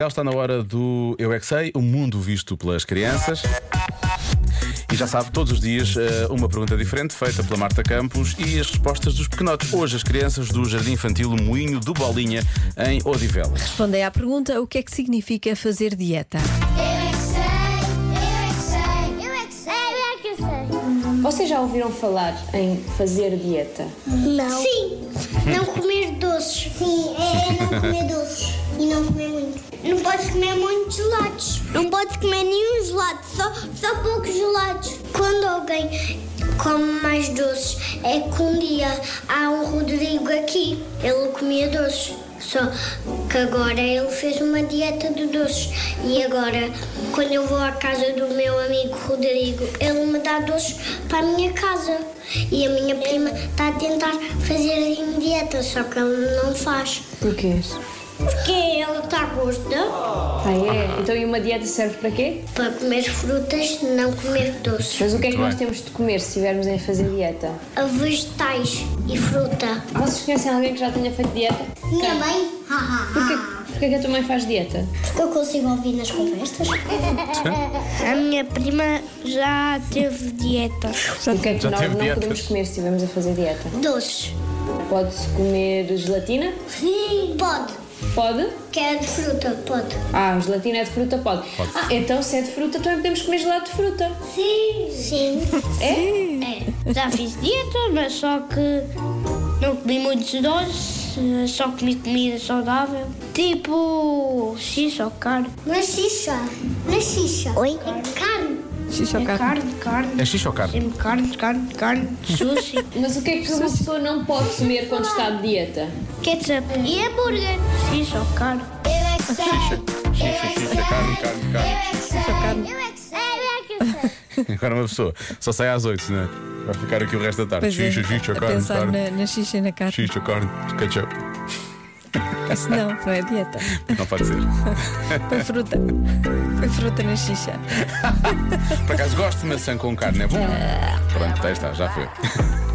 Já está na hora do Eu é que Sei, o mundo visto pelas crianças. E já sabe, todos os dias eh, uma pergunta diferente feita pela Marta Campos e as respostas dos pequenotes. Hoje as crianças do Jardim Infantil Moinho do Bolinha em Odivela. Respondei à pergunta o que é que significa fazer dieta. Eu é que sei, eu é que sei, eu é que sei, eu é que sei. Vocês já ouviram falar em fazer dieta? Não. Sim, não comer doces. Sim, é não comer doces e não comer muito. Não podes comer muitos gelados. Não podes comer nenhum gelado, só, só poucos gelados. Quando alguém come mais doces, é que um dia há um Rodrigo aqui. Ele comia doces. Só que agora ele fez uma dieta de doces. E agora, quando eu vou à casa do meu amigo Rodrigo, ele me dá doces para a minha casa. E a minha prima está a tentar fazer dieta, só que ele não faz. Porquê? Porque ele está gorda Ah, é? Então e uma dieta serve para quê? para comer frutas, não comer doces. Mas o que é que Muito nós bem. temos de comer se estivermos em fazer dieta? Vegetais e fruta. Ah, Vocês conhecem alguém que já tenha feito dieta? Minha mãe? Porquê, porquê que a tua mãe faz dieta? Porque eu consigo ouvir nas conversas. A minha prima já teve dieta. O que é que Já nós teve não dietas? podemos comer se estivermos a fazer dieta? Doces. Pode-se comer gelatina? Sim. Pode. Pode? Quer de fruta? Pode. Ah, gelatina é de fruta? Pode. Ah, então se é de fruta também podemos comer gelado de fruta. Sim. Sim. É? É. Já fiz dieta, mas só que não comi muitos doces, só comi comida saudável. Tipo xixa ou carne. Não é xixa, não é xixa. Oi? É carne. Xixi carne, carne. É xixi ou carne? Sempre carne, carne, carne. Sushi. Mas o que é que uma pessoa não pode comer quando está de dieta? Ketchup e hambúrguer. Xixa ou carne. Eu é que sei. Eu é que sei. carne, carne, Eu carne. é que sei. Eu é que sei. Eu é que sei. Agora uma pessoa só sai às 8, né? Vai ficar aqui o resto da tarde. Pois é, Xixi, xixi, a carne, pensar carne. na, na xixi e na carne. Xixi, carne, ketchup. Isso não, não é dieta. Não pode ser. Foi fruta. Foi fruta na xixa. Por acaso gosto de maçã com carne, é bom? Pronto, aí está, já foi.